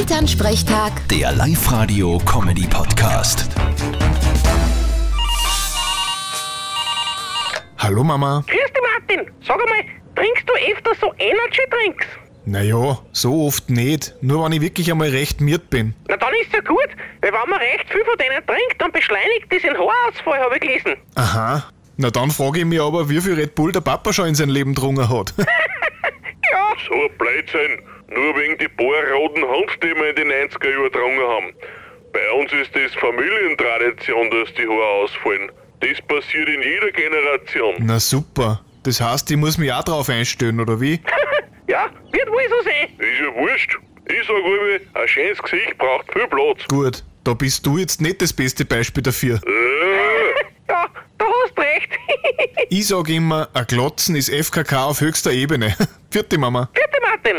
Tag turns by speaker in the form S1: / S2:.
S1: Elternsprechtag,
S2: Der Live-Radio-Comedy-Podcast.
S3: Hallo Mama.
S4: Grüß dich, Martin. Sag einmal, trinkst du öfter so Energy-Drinks?
S3: Naja, so oft nicht. Nur wenn ich wirklich einmal recht miert bin.
S4: Na, dann ist ja gut, weil wenn man recht viel von denen trinkt, dann beschleunigt das den Haarausfall, habe ich gelesen.
S3: Aha. Na dann frage ich mich aber, wie viel Red Bull der Papa schon in sein Leben drungen hat.
S4: Ja,
S5: So ein Blödsinn. Nur wegen die paar roten Hunde, die wir in den 90er übertrunken haben. Bei uns ist das Familientradition, dass die Haare ausfallen. Das passiert in jeder Generation.
S3: Na super. Das heißt, ich muss mich auch drauf einstellen, oder wie?
S4: ja, wird wohl so sein.
S5: Ist ja wurscht. Ich sag immer, ein schönes Gesicht braucht viel Platz.
S3: Gut, da bist du jetzt nicht das beste Beispiel dafür.
S5: Äh,
S4: Ja, da hast recht.
S3: Ich sage immer, ein Glotzen ist FKK auf höchster Ebene. Vierte Mama.
S4: Vierte Martin.